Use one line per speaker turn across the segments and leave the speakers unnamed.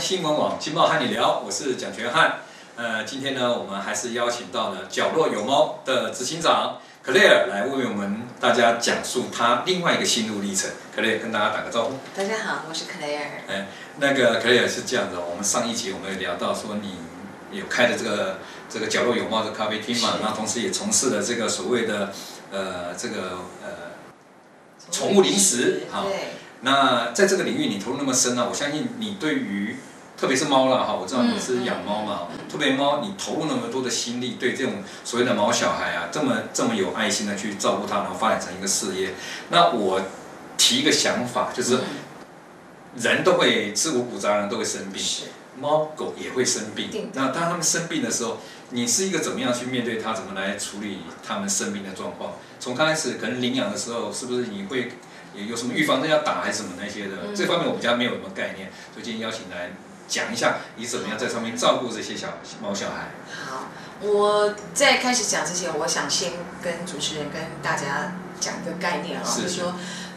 新闻网金茂和你聊，我是蒋全汉。呃，今天呢，我们还是邀请到了角落有猫的执行长 Clare 来为我们大家讲述他另外一个心路历程。Clare 跟大家打个招呼。哎
大家好，我是克雷尔。
那个 Clare 是这样的，我们上一集我们有聊到说你有开的这个这个角落有猫的咖啡厅嘛，
是
然后同时也从事了这个所谓的呃这个呃宠物零食啊好
对，嗯
那在这个领域你投入那么深呢、啊我相信你对于特别是猫啦哈，我知道你是养猫嘛，特别猫你投入那么多的心力，对这种所谓的毛小孩啊，这么这么有爱心的去照顾它，然后发展成一个事业。那我提一个想法，就是
嗯
人都会吃五谷杂粮都会生病，
是
猫狗也会生
一定
病。那当它们生病的时候，你是一个怎么样去面对它，怎么来处理它们生病的状况？从刚开始可能领养的时候，是不是你会也有什么预防针要打，还是什么那些的？
嗯
这方面我比较没有什么概念，所以今天邀请来讲一下你怎么样在上面照顾这些小猫小孩。
好。我在开始讲之前，我想先跟主持人跟大家讲一个概念啊、哦，
是
就是说，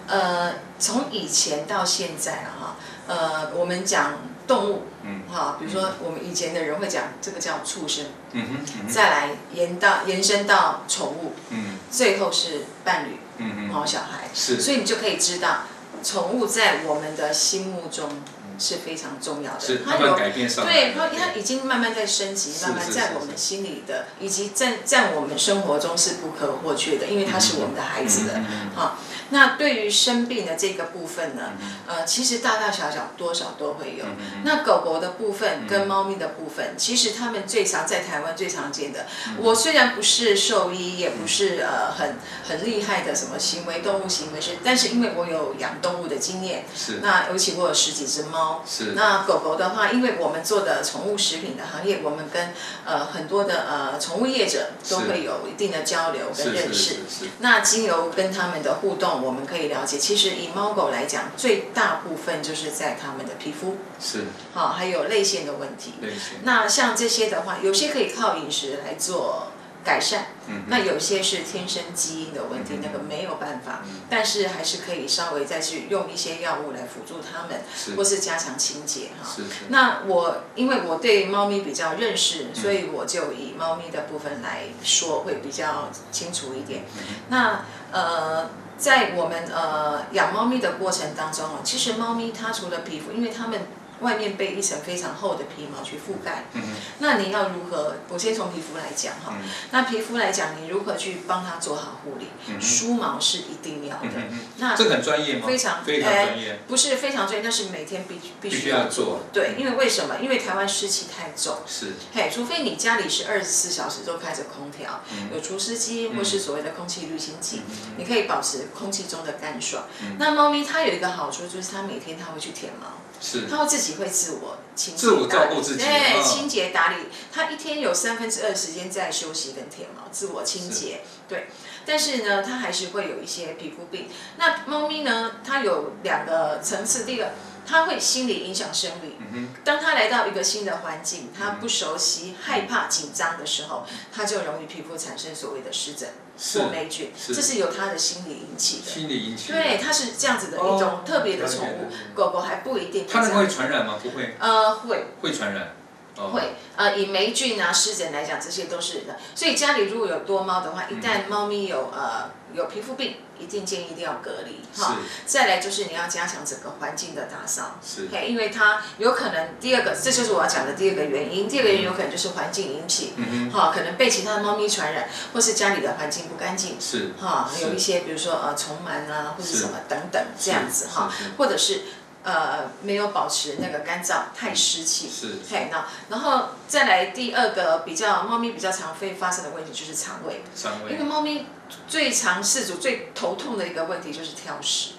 呃，从以前到现在了哈、呃，我们讲动物
嗯
哈、比如说我们以前的人会讲这个叫畜生，
嗯哼，嗯哼，
再来延到延伸到宠物，
嗯
最后是伴侣、
嗯嗯，
毛小孩，
是
所以你就可以知道，宠物在我们的心目中是非常重要的。
嗯是，
它
慢慢
有
改变上来。
对，它它已经慢慢在升级，
是
慢慢
是
在
是
我
是
们心里的，以及在在我们生活中是不可或缺的，因为它是我们的孩子的。
嗯嗯嗯
啊那对于生病的这个部分呢，呃，其实大大小小多少都会
嗯
有。那狗狗的部分跟猫咪的部分，其实它们最常在台湾最常见的。
嗯
我虽然不是兽医，也不是呃很很厉害的什么行为动物行为师，但是因为我有养动物的经验，
嗯是
那尤其我有十几只猫，
是
那狗狗的话，因为我们做的宠物食品的行业，我们跟呃很多的呃宠物业者都
是
会有一定的交流跟
是
认识。
是是是，
那经由跟他们的互动，我们可以了解，其实以猫狗来讲，最大部分就是在它们的皮肤，
是
好、还有泪腺的问题。
类型。
那像这些的话，有些可以靠饮食来做改善，
嗯
那有些是天生基因的问题，那个没有办法，但是还是可以稍微再去用一些药物来辅助它们，
是
或是加强清洁哈。
是是
那我因为我对猫咪比较认识，所
嗯
以我就以猫咪的部分来说会比较清楚一点。
嗯
那呃，在我们呃养猫咪的过程当中哦，其实猫咪它除了皮肤，因为它们外面被一层非常厚的皮毛去覆盖，
嗯
那你要如何？我先从皮肤来讲哈。那皮肤来讲，你如何去帮它做好护理？梳毛是一定要的。
嗯嗯，
那
这个很专业吗？
非常
非常
哎
专业，
不是非常专业，但是每天必须
必
必须
须要做。
对，因为为什么？因为台湾湿气太重，
是
嘿，除非你家里是二十四小时都开着空调，
嗯
有除湿机或是所谓的空气滤清器，你可以保持空气中的干爽。
嗯
那猫咪它有一个好处就是它每天它会去舔毛，
是
它会自己会自我清洁
自我照
打理
顾自己
对，
嗯
清洁打理。它一天有三分之二时间在休息跟舔毛，自我清洁。对，但是呢，它还是会有一些皮肤病。那猫咪呢，它有两个层次，第一个。它会心理影响生理。
嗯
当它来到一个新的环境，它不熟悉、害怕、紧张的时候，它就容易皮肤产生所谓的湿疹
是
或霉菌，
是
这是由它的心理引起的。
心理引起的。
对，它是这样子的一
哦
种特别的宠
了
物
解，
狗狗还不一定。
它能会传染吗？不会，
呃，会
会传染。哦
会。呃，以霉菌啊、湿疹来讲，这些都是的。所以家里如果有多猫的话，
嗯
一旦猫咪有呃有皮肤病，一定建议一定要隔离哈。再来就是你要加强整个环境的打扫。
是
OK，因为它有可能第二个，这就是我要讲的第二个原因。第二个原因有可能就是环境引起，
嗯
哈、可能被其他的猫咪传染，或是家里的环境不干净，
是
哈、
是
有一些比如说呃虫螨啊，或是
是
什么等等这样子哈
是是，
或者是呃没有保持那个干燥，太湿气。
是
嘿，那然后再来第二个比较猫咪比较常会发生的问题就是肠胃，
三
因
位
为猫咪最常事主最头痛的一个问题就是挑食。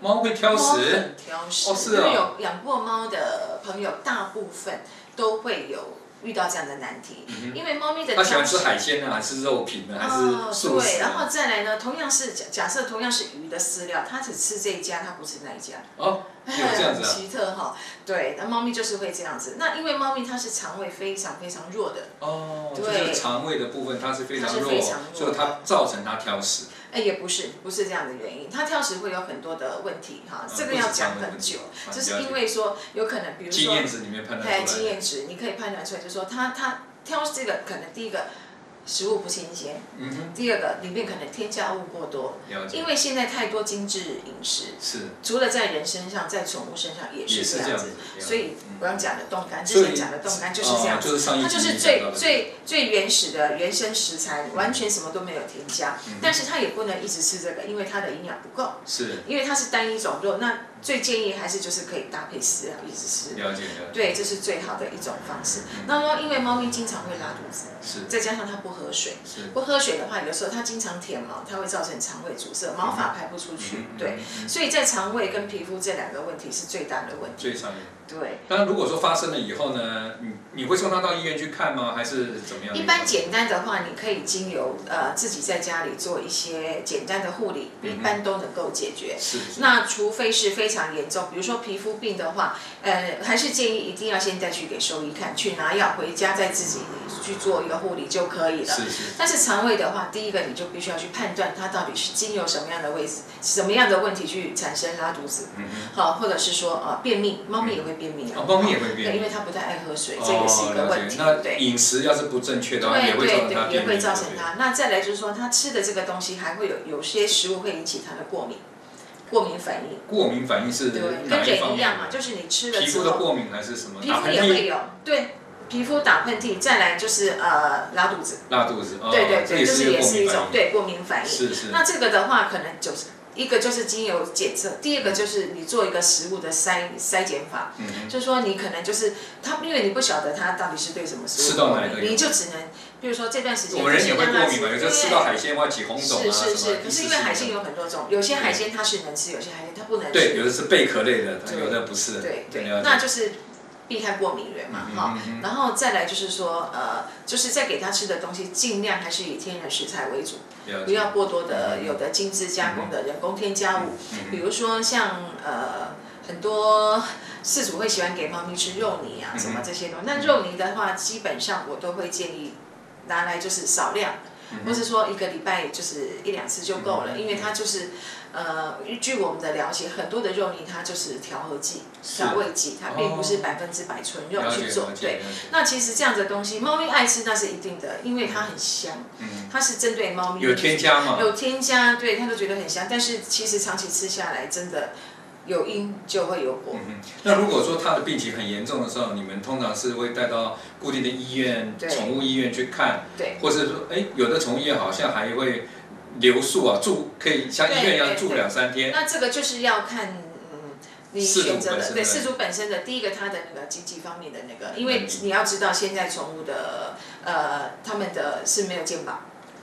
猫会挑
猫
食，
很挑食，
哦是哦
因为有养过猫的朋友，大部分都会有遇到这样的难题，因为猫咪的
嗯它
挑
喜欢吃
食。
海鲜啊呢，还是肉品呢，还
哦
是，素
对，
食
然后
啊？
再来呢，同样是假假设同样是鱼的饲料，它只吃这一家，它不吃那一家，
哦，有这样子
很奇特哈、对，那猫咪就是会这样子。那因为猫咪它是肠胃非常非常弱的，
啊？哦，就
哎对
是肠胃的部分它是非常
它是
弱
非常，弱
所以它造成它挑食。
哎，也不是，不是这样的原因，它挑食会有很多的问题哈、
嗯
这个要讲很久，
不
就
止肠胃问题嗯
是因为说有可能，比如
经
说
验值里面判断出
对经
来的。
验值，你可以判断出来，就是说它它挑这个可能第一个食物不新鲜，
嗯哼，
第二个里面可能添加物过多，
了解。
因为现在太多精致饮食，
是
除了在人身上，在宠物身上也
也
是
是
这
这
样
样
子
子。，了解
所以
嗯
我刚讲的冻干，
所
之
以
前讲的冻干就是这样
哦
子，
就是上一集
它就是
你讲
最
到的嗯
最最原始的原生食材，完全什么都没有添加。但是它也不能一直吃这个，因为它的营养不够，
是
因为它是单一种肉。那最建议还是就是可以搭配饲料一直吃，
了解了解，
对，这是最好的一种方式。
嗯
那么因为猫咪经常会拉肚子，
是
再加上它不喝水，
是
不喝水的话，有时候它经常舔毛，它会造成肠胃阻塞，毛发排不出去，
嗯
对
嗯，
所以在肠胃跟皮肤这两个问题是最大的问题，
最上面。
对。
当然，如果说发生了以后呢，你你会送他到医院去看吗？还是怎么样？
一般简单的话，你可以经由呃自己在家里做一些简单的护理，一
嗯哼
般都能够解决。
是是
那除非是非常严重，比如说皮肤病的话，呃，还是建议一定要先带去给兽医看，去拿药，回家再自己去做一个护理就可以了。
是是
但是肠胃的话，第一个你就必须要去判断它到底是经由什么样的位置、什么样的问题去产生拉肚子，
嗯哼
好、或者是说呃便秘，猫咪也会便秘
哦猫咪也会便秘
对因为它不太爱喝水，这也是
哦，
一个
了
问
解。
题，
那
对。
饮食要是不正确的话，
对
也会造
对
成他
对，也
便秘，
会造成
对不对
它。那再来就是说，它吃的这个东西还会有有些食物会引起它的过敏，过敏反应。
过敏反应是
对，
哪
跟
一方
人
面？
一样嘛，就是你吃了
皮
之
肤的
后，
过敏还是什么？
皮
打
肤
喷
也会
嚏、
有，对，皮肤打喷嚏，再来就是呃拉肚子，
拉肚子，哦
对对
这
对，就
一
是
个
也
过
是
敏
一
反
种
应。
对过敏反应。
是是
那这个的话，可能就是一个就是精油检测，第二个就是你做一个食物的筛筛检法，
嗯哼
就是说你可能就是它，因为你不晓得它到底是对什么食
吃
物
到
过
哪
敏
一个有
你就只能，比如说这段时间
我们人也
就
会
是
过
让它
敏嘛，
吃
有时候吃
对
到海鲜会起红肿啊
是是
什
是
么，。
可是因为海鲜有很多种，有些海鲜它是能吃，有些海鲜它不能
对，
吃。
有的是贝壳类的，
对
有的不是。
对对
了解
那就是避开过敏源嘛，哈、
嗯嗯嗯
然后再来就是说，呃，就是在给它吃的东西，尽量还是以天然食材为主，
了
不
解嗯
要过多的有的精致加工的人工添加物，比如说像呃。很多饲主会喜欢给猫咪吃肉泥啊，
嗯
什么这些东西。那肉泥的话，基本上我都会建议拿来就是少量，
嗯
或是说一个礼拜就是一两次就够了，因为它就是，呃，据我们的了解，很多的肉泥它就是调和剂、
是
调味剂，它并不是
哦
百分之百纯肉
了解
去做
了。解
对
了，解
那其实这样的东西，猫咪爱吃那是一定的，因为它很香，
嗯，
它是针对猫咪
有添加嘛？
有添加，对，它都觉得很香。但是其实长期吃下来，真的有因就会有果。
嗯，那如果说他的病情很严重的时候，你们通常是会带到固定的医院、
对
宠物医院去看，
对，
或是说，哎，有的宠物医院好像还会留宿啊，住可以像医院一样
对对
住两三天。
那这个就是要看，嗯，你
饲主
选择
本
的
身
对
的嗯
饲主本身的第一个它的那个经济方面的那个，因为
能力
你要知道现在宠物的呃他们的是没有健保，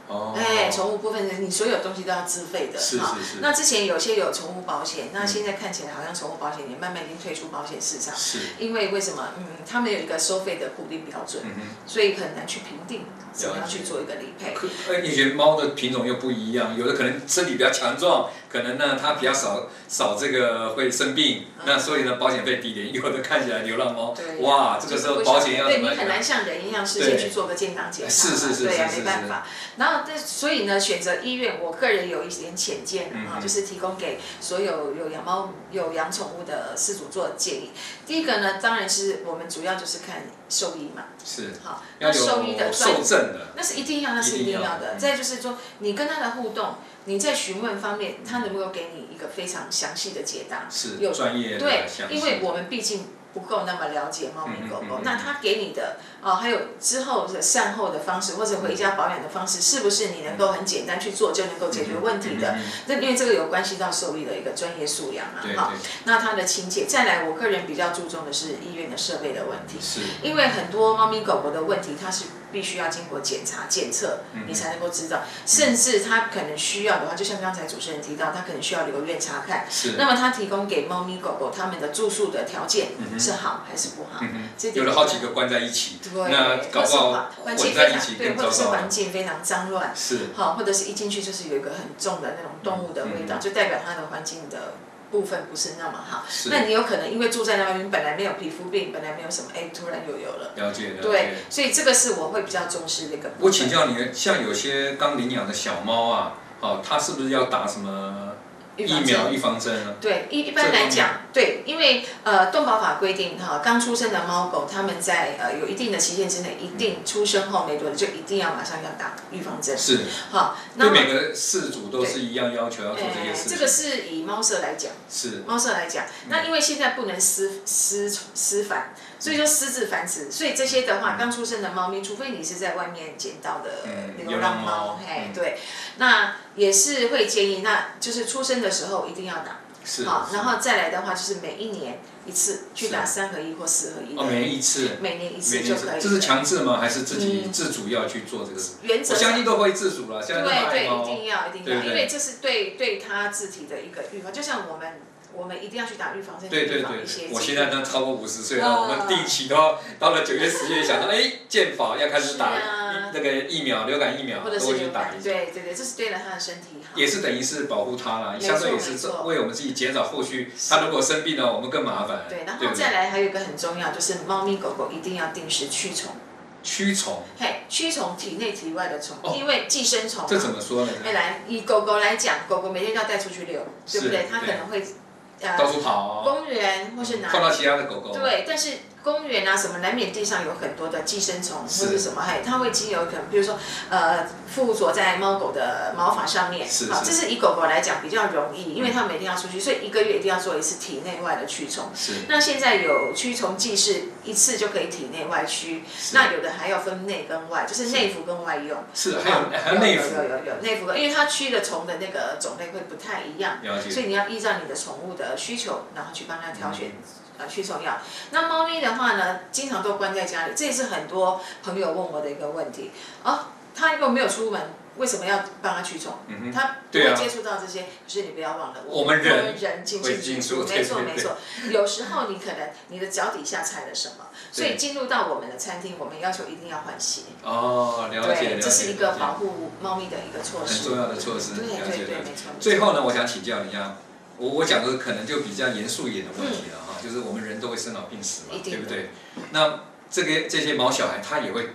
哦，
哎，宠物部分的你所有东西都要自费的
是嗯
哈
是是
那之前有些有宠物保险，那现在看起来好像宠物保险也慢慢已经退出保险市场，
是，
因为为什么？嗯，他们有一个收费的固定标准，
嗯哼，
所以很难去评定怎么样去做一个理赔。
可而且猫的品种又不一样，有的可能身体比较强壮，可能呢它比较少少这个会生病，那所以呢保险费低点，有的看起来流浪猫
嗯对，
哇，这个时候保险要
对
怎
你
么
很难像人一样事先去做个健康检查嘛，
是是是
啊对呀、
是是
没办法。然后，但所以呢，选择医院，我个人有一点浅见
嗯
啊，
嗯
就是提供给所有有养猫、有养宠物的饲主做建议。第一个呢，当然是我们主要就是看兽医嘛，
是
好，
要
那兽医的
有
专
受证的，
那是一定要，那是
一
一
定要
定要的。
嗯
再就是说，你跟他的互动，你在询问方面，他能不能给你一个非常详细的解答？
是
有
专业的
对
详，细
因为我们毕竟不够那么了解猫咪狗
嗯嗯
狗
嗯，
那他给你的哦，还有之后的善后的方式，或者回家保养的方式，是不是你能够很简单去做就能够解决问题的
嗯嗯嗯？
那因为这个有关系到兽医的一个专业素养啊
对，
哈
对。
那他的亲切，再来，我个人比较注重的是医院的设备的问题。
是
因为很多猫咪狗狗的问题，它是必须要经过检查检测，
嗯
你才能够知道。甚至它可能需要的话，就像刚才主持人提到，它可能需要留院查看。
是
那么它提供给猫咪狗狗它们的住宿的条件
嗯
是好还是不好？这点
有了好几个关在一起，
对，
嗯那搞不好
或
混
是环境
在
非
一
常
起
对，
更
或
糟
者是
糕
环
了。
境非常脏乱，
是嗯
好，或者是一进去就是有一个很重的那种动物的味道，就代表它的环境的部分不是那么好，
是
那你有可能因为住在那边，你本来没有皮肤病，本来没有什么，哎，突然又有了。
了解了解。
对，所以这个是我会比较重视的一个部
我
分
请。教你，像有些刚领养的小猫啊，哦，它是不是要打什么
预
疫
防针
苗预防针啊？
对，一一般来讲，对，因为呃，动保法规定哈，刚出生的猫狗，它们在呃有一定的期限之内，
嗯
一定出生后没多久就一定要马上要打预防针。
是，
好，那
对
么哎
每个饲主都是一样要求要做这些事
这
情。
个是以猫舍来讲，
是
猫舍来讲，
嗯
那因为现在不能私私私繁，所以就私自繁殖，所以这些的话，刚出生的猫咪，除非你是在外面捡到的
嗯
流
流
浪
浪猫
猫，嘿
嗯，
对，那也是会建议，那就是出生的时候一定要打。
是。
好，
是
然后再来的话就是每一年一次去打
是
三合一或四合一的，
哦，每一次，
每年一次
每
就
年
可以了。
这是强制吗？还是自己
嗯
自主要去做这个事？
原
我
则
相
上。
信都会自主了，现在
对
那么
对，
爱
一
猫
定，要一定
对
要，
不对
因为这是对对它自体的一个预防，就像我们我们一定要去打预防针，
对对
预防
对
一些。
我
疾
现在
病
都超过五十岁了，
啊
我们定期都要到了九月、十月，想到哎，健保要开始打
是啊
那个疫苗，流感疫苗
或者
都
是
会去
流
打
感，
一下。
对对对，这是对了它的身体好。
也是等于是保护它啦，
没错
相对也是
没错
为我们自己减少后续
是
它如果生病了，我们更麻烦。
对，然
对
后
不对
再来还有一个很重要，就是猫咪狗狗一定要定时驱虫，
驱虫，
嘿，驱虫体内体外的虫
哦，
因为寄生虫嘛。
这怎么说呢？
哎，来，以狗狗来讲，狗狗每天都要带出去遛，对不
是
对？它可
对
能会，
到
呃，
处跑，
公园或是哪
碰到
里，
其他的狗狗，
对，但是公园啊什么，难免地上有很多的寄生虫
是
或是什么，还它会经由可能，比如说，呃，附着在猫狗的毛发上面，
是
好，
是
这是以狗狗来讲比较容易，因为它每天要出去，所以一个月一定要做一次体内外的驱虫。
是，
那现在有驱虫剂是一次就可以体内外驱，
是
那有的还要分内跟外，就是内服跟外用。
是还有还有内服
有，有有有内服的，因为它驱的虫的那个种类会不太一样，
了
所
解，
以你要依照你的宠物的需求，然后去帮它挑
嗯
选。呃，驱虫药。那猫咪的话呢，经常都关在家里，这也是很多朋友问我的一个问题。哦，它又没有出门，为什么要帮它驱虫？
嗯哼，
它不
对啊
会接触到这些。可是你不要忘了，
我们人
我们人进
会
进
进
进
出
出，
对
没错
对
没
对
错。有时候你可能你的脚底下踩了什么，所以
对
进入到我们的餐厅，我们要求一定要换鞋。
哦，了解，
对，
了
这是
解，
一个
了解
保护猫咪的一个措
很
施。
重要的措施，
对
了解
对
了
对，
解。
没错。
最后呢，我想请教你一下，我我讲的可能就比较严肃一点的问题了哈，就是我们人都会生老病死嘛
一，
对
定的
不对？那这个这些毛小孩，他也会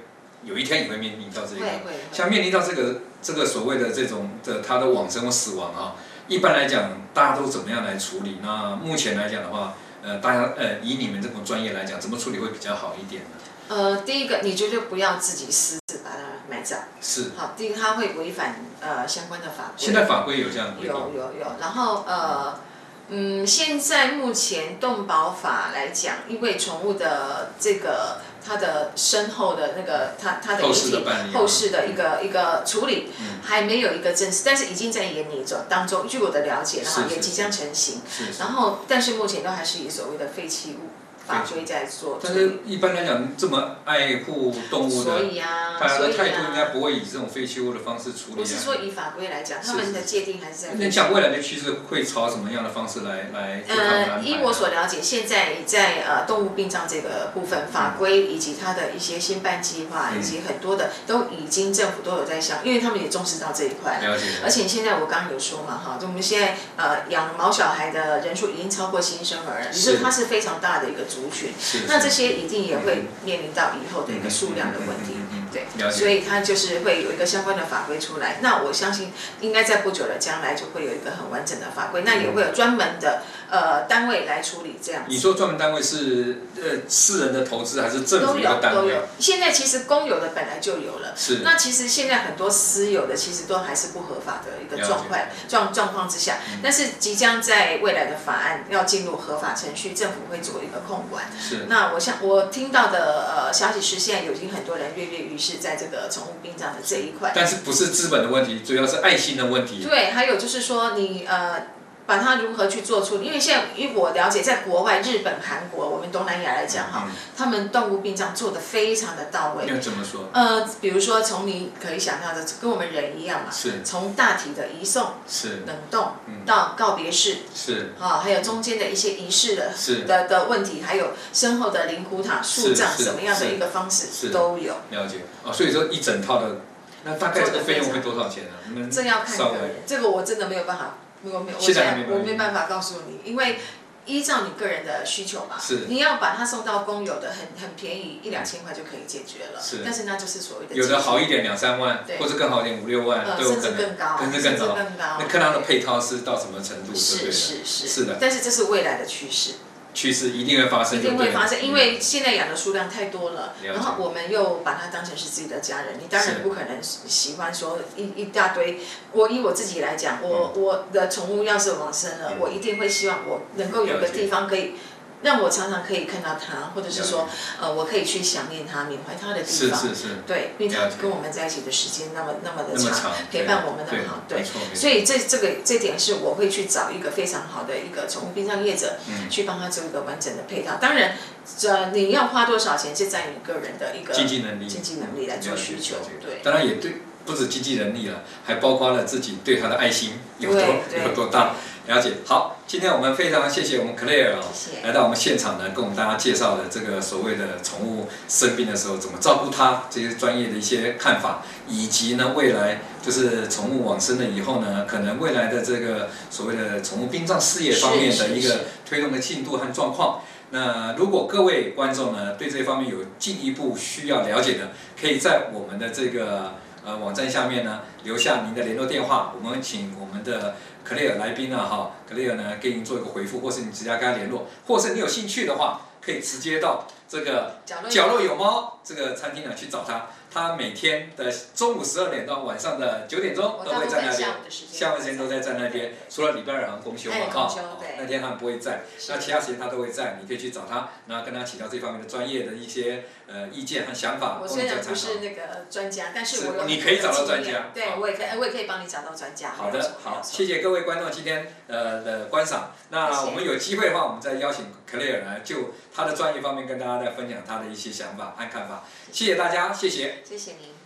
有一天也会面临到这
会
个
会。会，
像面临到这个这个所谓的这种的它的往生或死亡啊，一般来讲大家都怎么样来处理？那目前来讲的话，呃，大家呃以你们这种专业来讲，怎么处理会比较好一点呢？
呃，第一个你绝对不要自己私自把它埋葬，
是，
好，第一个它会违反呃相关的法规。
现在法规有这样规
有
定，
有有，然后呃，嗯，现在目前动保法来讲，因为宠物的这个它的身后的那个它它的
后
遗
事的
体
办理啊
后事的一个一个处理
嗯，
还没有一个正式，但是已经在研拟中当中，据我的了解，然后
是是
也即将成型。
是是。
然后，但是目前都还是以所谓的废弃物法规在做处
但
理，
是一般来讲，这么爱护动物
所
的，
以啊，
大家
所
的
以
态度应该
啊，
不会以这种废弃物的方式处理
我是说
啊。
以法规来讲，
是
他们的
是
界定还是在
那你想未来的趋势会朝什么样的方式来来做他们的安排啊
呃，
呢？
依我所了解，现在在呃动物殡葬这个部分法规以及它的一些新办计划，
嗯
以及很多的都已经政府都有在想，因为他们也重视到这一块了。
了解，
而且现在我刚刚有说嘛哈，就我们现在呃养毛小孩的人数已经超过新生儿了，也就是是它是非常大的一个族群。
是是
那这些一定也会面临到以后的一个数量的问
嗯嗯
题
嗯嗯嗯嗯，了
对，
解
所以它就是会有一个相关的法规出来。那我相信应该在不久的将来就会有一个很完整的法规，那也会有专门的呃单位来处理这样
你
子。
说专门单位是呃私人的投资还是政府
都
一
有
个单
都
位
有？，现在其实公有的本来就有了。
是
那其实现在很多私有的其实都还是不合法的一个状况
了
状状况之下，但是即将在未来的法案要进入合法程序，政府会做一个控管。
是
那我想我听到的呃消息是，现在已经很多人跃跃欲试在这个宠物殡葬的这一块。
但是不是资本的问题，主要是爱心的问题。
对，还有就是说你呃。把它如何去做出？因为现在以我了解，在国外，日本、韩国，我们东南亚来讲哈，
嗯
他们动物殡葬做的非常的到位。
要怎么说？
呃，比如说从你可以想象的，跟我们人一样嘛，
是
从大体的移送、
是
冷冻
嗯
到告别式，
是
啊，还有中间的一些仪式的
是
的的问题，还有身后的灵骨塔、树葬
是
什么样的一个方
是
式都有，
了解哦，所以说一整套的，那大概这个费用会多少钱呢？你们
这要看
稍
个
微
人，这个我真的没有办法我没有，我
现
现
在还
在
没办
我
法
没办法告诉你，因为依照你个人的需求嘛，
是
你要把它送到公有的很很便宜，一两千块就可以解决了，
是
但是那就是所谓的
有的
技术
好一点两三万
对，
或者更好一点五六万
呃，
都有
甚
可
至更高，
能，甚至更高。啊
更高啊
那看它的配套是到什么程度，对不
是
对？
是是
是的
但是这是未来的趋势，
趋势一定会发生，
一
就
定
对
会
了嗯
发生，因为现在养的数量太多了，
解
然后我们又把它当成是自己的家人，你当
是
然不可能喜欢说一一大堆。我以我自己来讲，我、我的宠物要是往生了，
嗯
我一定会希望我能够有
了
个
解
地方可以。让我常常可以看到它，或者是
了
说，呃，我可以去想念它、缅怀它的地
是
方。
是是，
对，因为它
了解
跟我们在一起的时间那么那么的
那么长，
陪伴我们那么好，
对，
对
没。错没错。
所以这这个这点是我会去找一个非常好的一个宠物殡葬业者，
嗯
去帮他做一个完整的配套。当然，这你要花多少钱，是在你个人的一个
经济能力，
经济能力来做需求
了解了解
对
当然也对，不止经济能力了，还包括了自己对他的爱心有多
对对
有多大。了解，好，今天我们非常谢谢我们 Claire 哦
谢谢
来到我们现场呢，跟我们大家介绍了这个所谓的宠物生病的时候怎么照顾它，这些专业的一些看法，以及呢未来就是宠物往生了以后呢，可能未来的这个所谓的宠物殡葬事业方面的
是
一
是
个
是
推动的进度和状况。那如果各位观众呢对这方面有进一步需要了解的，可以在我们的这个呃网站下面呢留下您的联络电话，我们请我们的克莱尔来宾呢哈，克莱尔呢给您做一个回复，或是你直接跟他联络，或是你有兴趣的话，可以直接到这个
角落
角落有猫这个餐厅呢去找他，他每天的中午十二点到晚上的九点钟
我
都
大
会
部
在那
分
边
下。午的时间，
下午时间都在在那边，除了礼拜二好像公休嘛
哎
哈、
公休
哦
对
那天他们不会在，
是
那其他时间他都会在，你可以去找他，然后跟他请教这方面的专业的一些呃意见和想法，
我
供你
虽
做
然
参
不
考。
是那个专家，但
是
是我有
你可以找到专家
很多经验
好
对我也可以，我也可以帮你找到专家。
好
没有
的
错，没
好，
有错
谢谢各位观众今天呃的观赏。那
谢谢
我们有机会的话，我们再邀请克莱尔来就他的专业方面跟大家再分享他的一些想法和看法。谢谢大家，谢谢。
谢谢您。